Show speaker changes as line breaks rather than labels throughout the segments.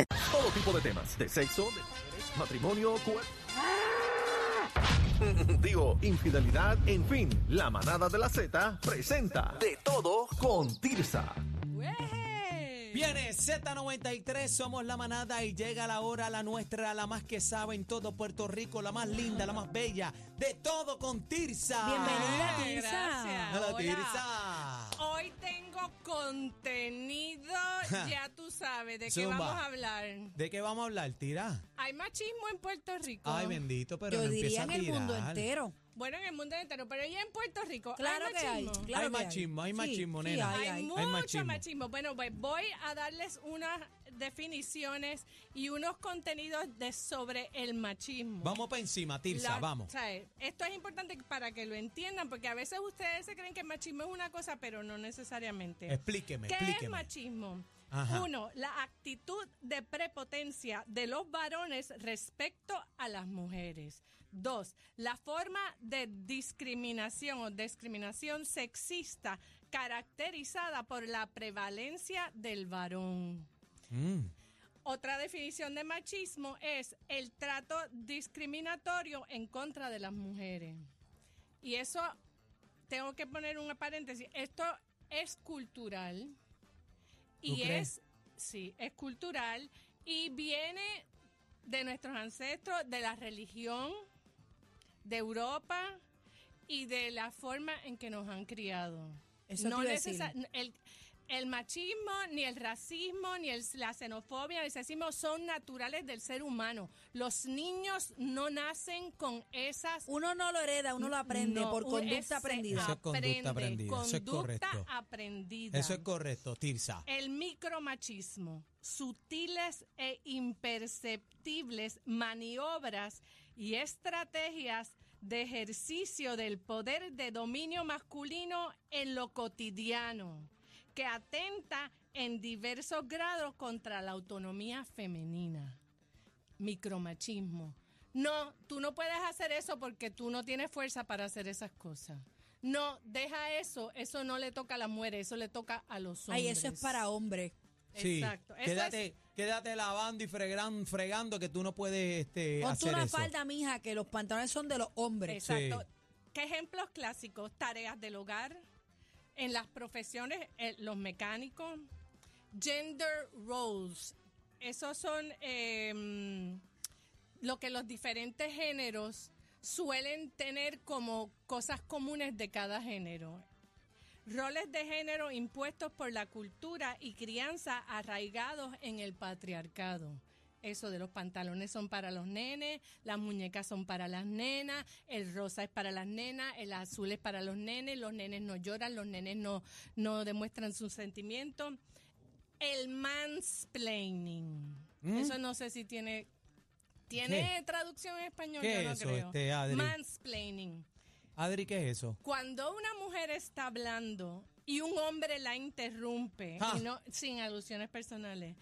Todo tipo de temas, de sexo, de mujeres, matrimonio, cuer... Digo, infidelidad, en fin, la manada de la Z presenta de todo con Tirsa.
Viene Z93, somos la manada y llega la hora, la nuestra, la más que sabe en todo Puerto Rico, la más linda, la más bella, de todo con Tirsa.
Bienvenida, Tirsa.
gracias.
Hola,
Hola.
Tirsa.
Hoy tengo contenido, ya tú sabes de qué
Zumba.
vamos a hablar.
¿De qué vamos a hablar, Tira?
Hay machismo en Puerto Rico.
Ay, bendito, pero
Yo
no empieza
diría en
a
el
tirar.
mundo entero.
Bueno, en el mundo entero, pero ya en Puerto Rico
Claro
hay
que hay.
machismo.
Claro
Hay
que
machismo, hay
Sí,
machismo,
sí,
nena.
hay,
Hay,
hay.
mucho
machismo.
machismo. Bueno, pues voy a darles unas definiciones y unos contenidos de sobre el machismo.
Vamos para encima, Tirsa,
La-
vamos.
o sea, esto es importante para que lo entiendan, porque a veces ustedes se creen que el machismo es una cosa, pero no necesariamente.
Explíqueme,
¿Qué es
explíqueme.
machismo?
Ajá.
Uno, la actitud de prepotencia de los varones respecto a las mujeres. Dos, la forma de discriminación o discriminación sexista caracterizada por la prevalencia del varón.
Mm.
Otra definición de machismo es el trato discriminatorio en contra de las mujeres. Y eso, tengo que poner un paréntesis, esto es cultural. Y
crees?
es, sí, es cultural y viene de nuestros ancestros, de la religión, de Europa y de la forma en que nos han criado.
Eso te iba a decir.
necesa- el, el machismo, ni el racismo, ni el- la xenofobia, ni el sexismo son naturales del ser humano. Los niños no nacen con esas
Uno no lo hereda, uno lo aprende
No,
por
un-
conducta
ese-
aprendida.
Eso es conducta
aprende,
aprendida, eso es
conducta
correcto.
aprendida.
Eso es correcto, Tirsa.
Eh,
El micromachismo, sutiles e imperceptibles maniobras y estrategias de ejercicio del poder de dominio masculino en lo cotidiano, que atenta en diversos grados contra la autonomía femenina. Micromachismo. No, tú no puedes hacer eso porque tú no tienes fuerza para hacer esas cosas. No, deja eso. Eso no le toca a las mujeres, eso le toca a los hombres.
Ay, eso es para hombres.
Sí.
Exacto. Eso
Quédate,
es-
quédate lavando y fregando, fregando que tú no puedes este,
Ponte
hacer
una
eso.
falda, mija, que los pantalones son de los hombres.
Exacto.
Sí.
¿Qué ejemplos clásicos? Tareas del hogar, en las profesiones, eh, los mecánicos, gender roles. Esos son eh, lo que los diferentes géneros suelen tener como cosas comunes de cada género. Roles de género impuestos por la cultura y crianza arraigados en el patriarcado. Eso de los pantalones son para los nenes, las muñecas son para las nenas, el rosa es para las nenas, el azul es para los nenes, los nenes no lloran, los nenes no, no demuestran sus sentimientos. El mansplaining.
¿Mm?
Eso no sé si tiene... ¿Tiene traducción en español?
¿Qué
Yo no
es eso,
creo.
este, Adri?
mansplaining.
Adri, ¿qué es eso?
Cuando una mujer está hablando y un hombre la interrumpe,
Ah.
y no, sin alusiones personales,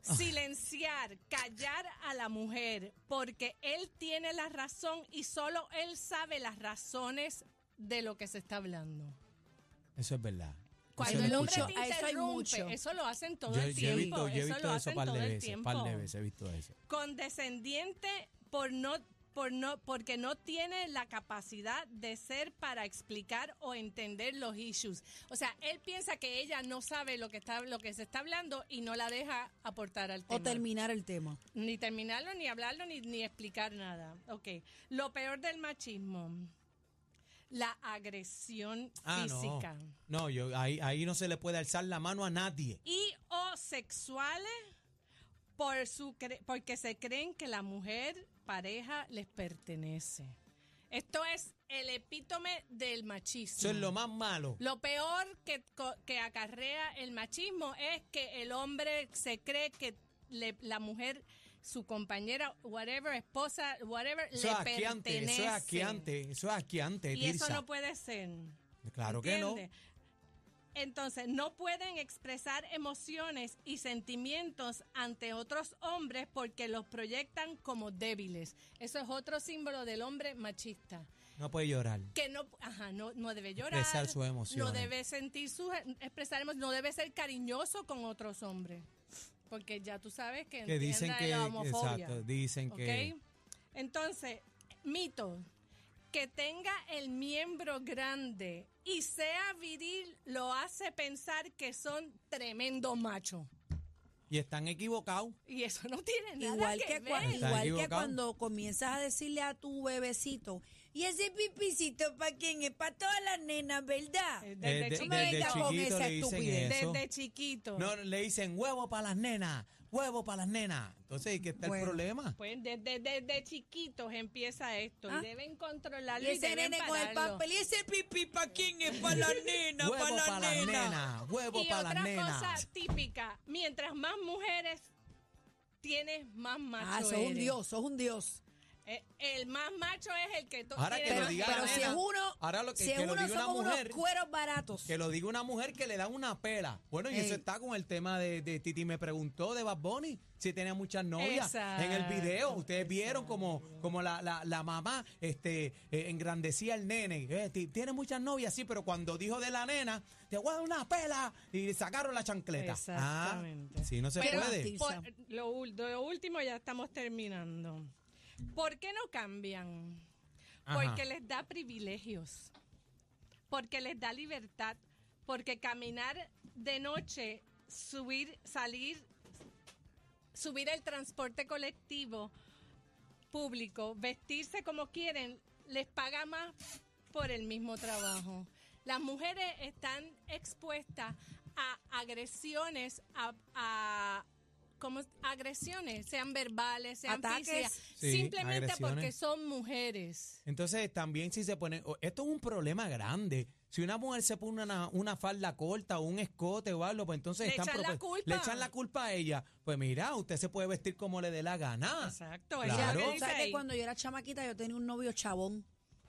silenciar, callar a la mujer, porque él tiene la razón y solo él sabe las razones de lo que se está hablando.
Eso es verdad. Eso
Cuando
lo
el
he
hombre
escuchado.
te
A Ah, eso hay
interrumpe,
mucho.
eso lo hacen todo
yo,
el
yo he
tiempo.
visto, yo he
eso
visto
lo
eso
hacen
par
todo
de
el
veces,
tiempo
par de veces he visto eso.
condescendiente por no por no porque no tiene la capacidad de ser para explicar o entender los issues. O sea, él piensa que ella no sabe lo que está lo que se está hablando y no la deja aportar al tema.
O terminar el tema.
ni terminarlo, ni hablarlo, ni, ni explicar nada. Ok. Lo peor del machismo. La agresión
Ah,
física.
no. No, yo, ahí, ahí no se le puede alzar la mano a nadie.
y o sexuales por su cre- porque se creen que la mujer pareja les pertenece. Esto es el epítome del machismo.
Eso es lo más malo.
Lo peor que, co- que acarrea el machismo es que el hombre se cree que le- la mujer, su compañera, whatever, esposa, whatever,
Eso
le
es asqueante,
pertenece.
eso es asqueante, eso es asqueante,
Y eso
Tirsa.
no puede ser.
claro que
¿entiende? Entonces, no pueden expresar emociones y sentimientos ante otros hombres porque los proyectan como débiles. Eso es otro símbolo del hombre machista.
no. No puede llorar.
Que no, ajá, no, no debe llorar.
Expresar sus
No
emociones.
debe sentir sus expresar emo- no debe ser cariñoso con otros hombres. Porque ya tú sabes que,
Que dicen
entienda
que.
la homofobia.
Exacto, dicen que.
¿Ok? Entonces, mito. Que tenga el miembro grande y sea viril lo hace pensar que son tremendos machos.
Y están equivocados.
Y eso no tiene nada
Igual
que,
que,
ver.
cua-
Está
igual que
equivocado.
cuando comienzas a decirle a tu bebecito, y ese pipicito para quién es, para todas las nenas, ¿verdad?
Eh,
Desde,
Desde
desde,
chiquito.
venga con
chiquito
esa
le dicen
estupidez.
eso.
Desde chiquito.
No, le dicen huevo para las nenas, huevo para las nenas. Entonces, ¿y qué está el
Bueno.
problema?
Pues desde, desde chiquitos empieza esto
Ah.
y deben
Y
controlarlo y,
ese
deben
nene con el
pararlo.
papel, y ese pipí para quién es, para las nenas,
huevo
para las
para las
nenas.
nenas, huevo
Y
para
otra
las nenas.
cosa típica, mientras más mujeres tienes más macho
Ah, sos un
eres.
dios, sos un dios.
Eh, el más macho es el que to-
Ahora
tiene
que lo
más
diga la
pero
ganas.
si es
nena,
uno,
ahora lo que-
si es
que lo
uno
diga una
somos
mujer,
unos cueros baratos.
Que lo diga una mujer que le dan una pela. Bueno, y
Ey.
eso está con el tema de, de Titi me preguntó de Bad Bunny si tenía muchas novias
Exacto,
en el video. Ustedes vieron como, como la, la- la mamá este, eh, engrandecía al nene. Eh, ti- tiene muchas novias, sí, pero cuando dijo de la nena, te voy a dar una pela y le sacaron la chancleta.
Exactamente.
Ah, sí, no se
Pero
puede.
Tirsa.
por- lo, ul- lo último ya estamos terminando. ¿Por qué no cambian?
Ajá.
Porque les da privilegios, porque les da libertad, porque caminar de noche, subir, salir, subir el transporte colectivo público, vestirse como quieren, les paga más por el mismo trabajo. Las mujeres están expuestas a agresiones, a, a- ¿cómo es? agresiones, sean verbales, sean
Ataques.
físicas,
Sí,
simplemente
agresiones.
porque son mujeres.
Entonces, también si se pone. o- Esto es un problema grande. Si una mujer se pone una, una falda corta o un escote o algo, pues entonces
Le
están
echan la
propu-
culpa.
le echan la culpa a ella. Pues mira, usted se puede vestir como le dé la gana.
Exacto,
eso es lo
Mira,
Claro.
tú sabes que cuando yo era chamaquita yo tenía un novio chabón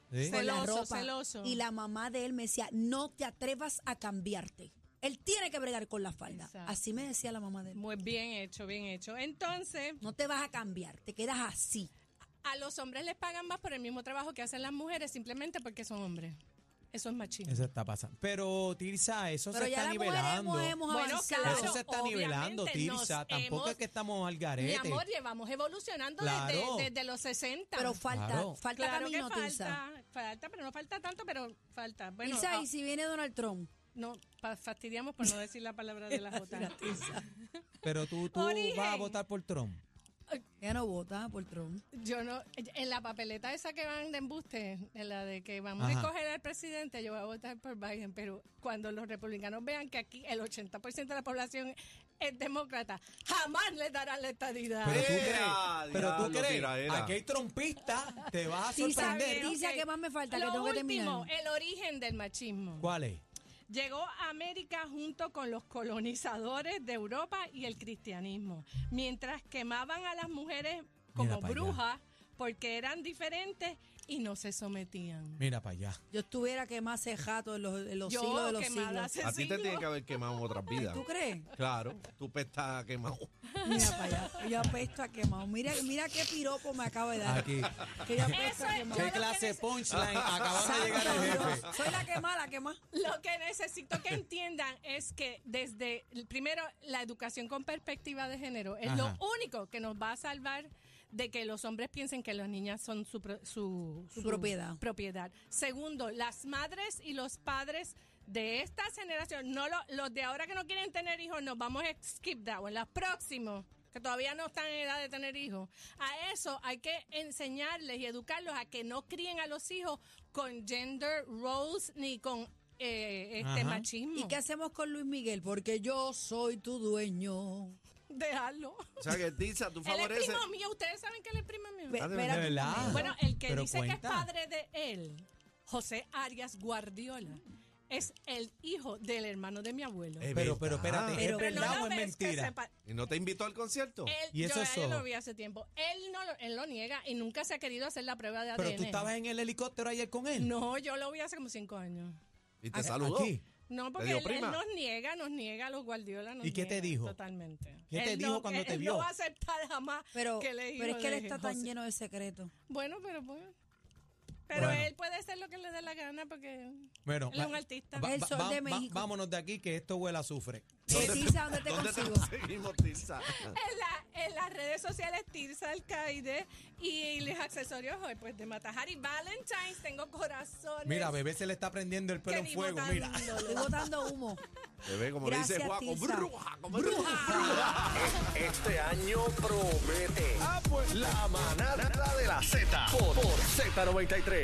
¿Sí?
con la
Celoso,
ropa
celoso.
y la mamá de él me decía, no te atrevas a cambiarte. Él tiene que bregar con la falda.
Exacto.
Así me decía la mamá de él.
Muy bien hecho, bien hecho. Entonces,
No te vas a cambiar, te quedas así.
a los hombres les pagan más por el mismo trabajo que hacen las mujeres simplemente porque son hombres. Eso es machismo.
Eso está pasando. Pero, Tirsa, eso
Pero
se
ya
está
las mujeres
nivelando.
hemos, hemos
Bueno,
avanzado.
claro.
eso se está
obviamente
nivelando,
nos
Tirsa. Tampoco
hemos-
es que estamos al
Mi
garete.
amor, llevamos evolucionando
Claro.
desde, desde los 60.
Pero falta,
Claro.
falta
claro que
camino, Tirsa.
falta, falta, pero no falta tanto, pero falta. Bueno,
Tirsa,
ah,
y si viene Donald Trump.
no, pa- fastidiamos por no decir la palabra de la J.
Pero tú, tú
Origen.
vas a votar por Trump.
Ya no vota por Trump.
Yo no, en la papeleta esa que van de embuste, en la de que vamos
Ajá.
a escoger al presidente, yo voy a votar por Biden, pero cuando los republicanos vean que aquí el 80% de la población es demócrata, jamás les darán la estadidad.
Pero tú
Ea,
crees, pero tú
diablo,
crees,
tiraera.
aquí hay trompistas, te vas a
Tirsa,
sorprender.
bien,
Tirsa,
ok.
¿qué más me falta? Que
Lo
tengo que
último,
terminar.
el origen del machismo.
¿Cuál es?
Llegó a América junto con los colonizadores de Europa y el cristianismo, mientras quemaban a las mujeres como
Mira pa' allá.
brujas porque eran diferentes y no se sometían.
Mira para allá.
Yo estuviera que más cejato en los, en los
Yo,
siglos de los
quemada
siglos.
hace
A ti te
siglos.
tiene que haber quemado en otras vidas.
¿Tú crees?
Claro, tu
ah,
pesta quemado.
Mira para allá. Yo apesto a quemado. Mira, mira qué piropo me acaba de dar.
Aquí.
Que yo apesto
Eso
a
es-
quemado.
yo
¿Qué
lo que
clase de
neces-
punchline acababa de llegar el
Santo
jefe?
Dios. Soy la que mala, que más.
Lo que necesito que entiendan es que desde, el- primero, la educación con perspectiva de género es
Ajá.
lo único que nos va a salvar de que los hombres piensen que las niñas son su, pro- su,
Su propiedad.
propiedad. Segundo, las madres y los padres de esta generación, no lo- los de ahora que no quieren tener hijos, nos vamos a skip that one. Los próximos que todavía no están en edad de tener hijos. A eso hay que enseñarles y educarlos a que no críen a los hijos con gender roles ni con eh, este
Ajá.
machismo.
¿Y qué hacemos con Luis Miguel? Porque yo soy tu dueño.
Dejarlo.
O sea que Tirsa, tú
Él es
favoreces.
primo mío, ustedes saben que él es primo mío.
Ve-
Ah, de
espérate un
verdad.
momento.
Bueno, el que
Pero
dice que
cuenta.
es padre de él, José Arias Guardiola, es el hijo del hermano de mi abuelo.
Es
Pero, pero
verdad.
espérate,
Pero-
¿es Eh, verdad
la
o es
vez que
mentira? Oh,
sepa-
¿Y no te invitó al concierto?
él-
¿Y
yo
eso
a
es
él
todo?
lo vi hace tiempo. Él no lo, él lo niega y nunca se ha querido hacer la prueba de ADN.
Pero tú estabas en el helicóptero ayer con él.
No, yo lo vi hace como cinco años.
Y te
¿A-
saludó.
Ah, aquí?
No, porque
dio
él, él
prima?
nos niega, nos niega a los Guardiola. Nos
¿Y qué te
niega
dijo?
Totalmente.
¿Qué te
Él
dijo
no-
cuando
él-
te
él
vio?
No va a aceptar jamás
Pero,
que le
pero es que él
le-
está tan
José-
lleno de secretos.
Bueno, pero bueno. Pero
Bueno.
él puede hacer lo que le dé la gana porque
Bueno,
él es
va-
un artista.
va-
El
va-
sol
va-
de
va-
México.
vámonos de aquí que esto huele a azufre.
Tirsa, Eh, ¿dónde te
¿Dónde
consigo?
te conseguimos, Tirsa?
En, la- en las redes sociales Tirsa Alcaide y los accesorios hoy pues de Matajari Valentine's tengo corazones.
Mira, bebé se le está prendiendo el pelo
que
en
ni
fuego,
botan
mira.
dolor.
Estoy botando humo.
Te ve como
Gracias,
dice Juaco.
Tirsa.
Bruja, como bruja.
Este año promete. Ah, pues. La manada de la Z por, por Z93.